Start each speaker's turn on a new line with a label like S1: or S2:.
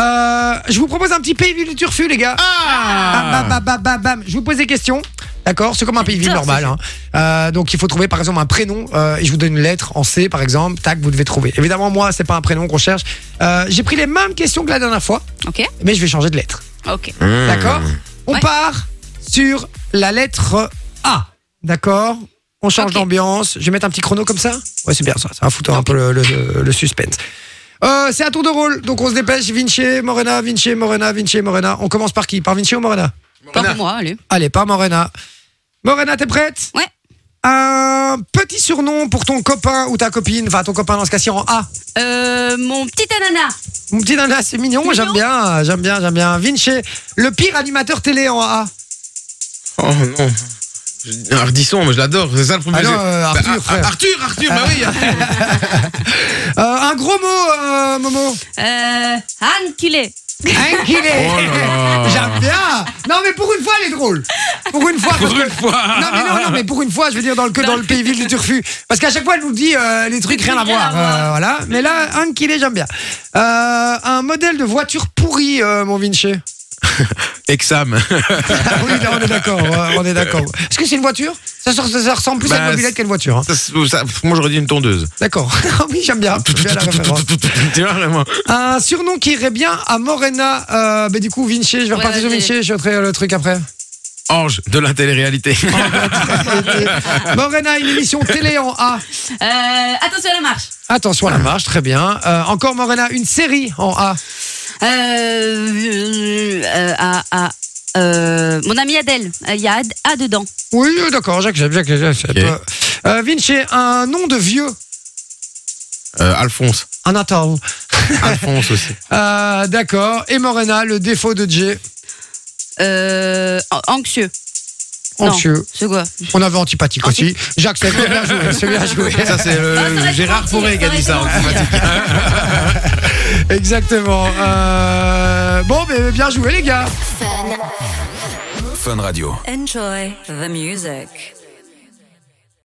S1: Euh, je vous propose un petit pays ville turfu, les gars. Ah, bam, bam, bam, bam. Je vous pose des questions. D'accord C'est comme un pays ville
S2: J'adore
S1: normal.
S2: ce
S1: hein. Euh, donc, il faut trouver, par exemple, un prénom. euh, et je vous donne une lettre en C, par exemple. Tac, vous devez trouver. Évidemment, moi, c'est pas un prénom qu'on cherche. Euh, J'ai pris les mêmes questions que la dernière fois,
S2: Ok,
S1: mais je vais changer de lettre.
S2: ok.
S1: D'accord On
S2: Ouais.
S1: part sur la lettre A. D'accord On change
S2: Ok.
S1: d'ambiance. Je vais mettre un petit chrono comme ça Ouais, c'est bien ça. Ça va foutre un peu le, le- le suspense. Euh, c'est à tour de rôle, donc on se dépêche. Vinci, Morena, Vinci, Morena, Vinci, Morena. On commence par qui Par Vinci ou Morena
S2: Pas pour moi, allez.
S1: Allez, par Morena. Morena, t'es prête
S2: Ouais.
S1: Un petit surnom pour ton copain ou ta copine, enfin ton copain dans ce cas-ci en A.
S2: Euh, mon petit ananas.
S1: Mon petit nana, c'est mignon, moi j'aime
S2: Mignon.
S1: bien, j'aime bien, j'aime bien. Vinci, le pire animateur télé en A.
S3: Oh non. Je- Ardisson, mais je l'adore, c'est ça le
S1: Ah
S3: problème.
S1: non,
S3: c'est-
S1: euh,
S3: Bah,
S1: Arthur,
S3: Ar-
S1: frère.
S3: Arthur, Arthur, bah oui. Arthur.
S1: Euh, un gros mot, euh, Momo.
S2: Euh, enculé.
S1: Inquilet.
S3: Oh là là.
S1: J'aime bien. Non, mais pour une fois, elle est drôle. Pour une fois. parce
S3: Pour
S1: que-
S3: une fois.
S1: Non, mais non, non, mais pour une fois, je veux dire dans le que dans le pays ville du Turfu, parce qu'à chaque fois, elle nous dit euh, les trucs rien à
S2: trucs, rien
S1: voir,
S2: à voir.
S1: euh, voilà. Mais là, Inquilet, j'aime bien. Euh, un modèle de voiture pourrie, euh, mon Vinci.
S3: Exam.
S1: Ah oui, là, on est d'accord, ouais, on est d'accord. Est-ce que c'est une voiture ça, sort- ça ressemble plus à une
S3: Bah,
S1: mobilette
S3: c'est-
S1: qu'à une voiture. hein.
S3: Ça, c'est- ça, moi j'aurais dit une tondeuse.
S1: D'accord. Ah oui, j'aime bien. J'aime bien la référence.
S3: Tu vois vraiment.
S1: Un surnom qui irait bien à Morena. Euh, mais du coup, Vinci, je vais
S2: Ouais,
S1: repartir sur
S2: vas-y.
S1: Vinci, je ferai le truc après.
S3: Ange de la télé-réalité.
S1: Morena, une émission télé en A.
S2: Euh, attention à la marche.
S1: Attention à la marche, très bien. Euh, encore Morena, une série en A.
S2: Euh, euh, euh, à, à, euh, mon ami Adèle, euh, il y a Ad- A dedans.
S1: Oui, euh, d'accord, j'accepte, j'accepte. j'accepte.
S3: Ok.
S1: Euh, euh, Vinci, un nom de vieux.
S3: Euh, Alphonse.
S1: Un attend.
S3: Alphonse aussi.
S1: Euh, d'accord. Et Morena, le défaut de J.
S2: Euh, an- anxieux. Non,
S1: Anxieux.
S2: C'est quoi
S1: On avait antipathique aussi. J'accepte, c'est bien joué, c'est bien joué.
S3: Ça c'est le-
S2: Ah, ça aurait été
S3: Gérard
S2: gentil,
S3: Fauré qui a
S2: ça
S3: dit ça. en
S2: aurait été gentil.
S3: automatique.
S1: Exactement. Euh, Bon, mais bien joué, les gars.
S4: Fun Radio.
S5: Enjoy the music.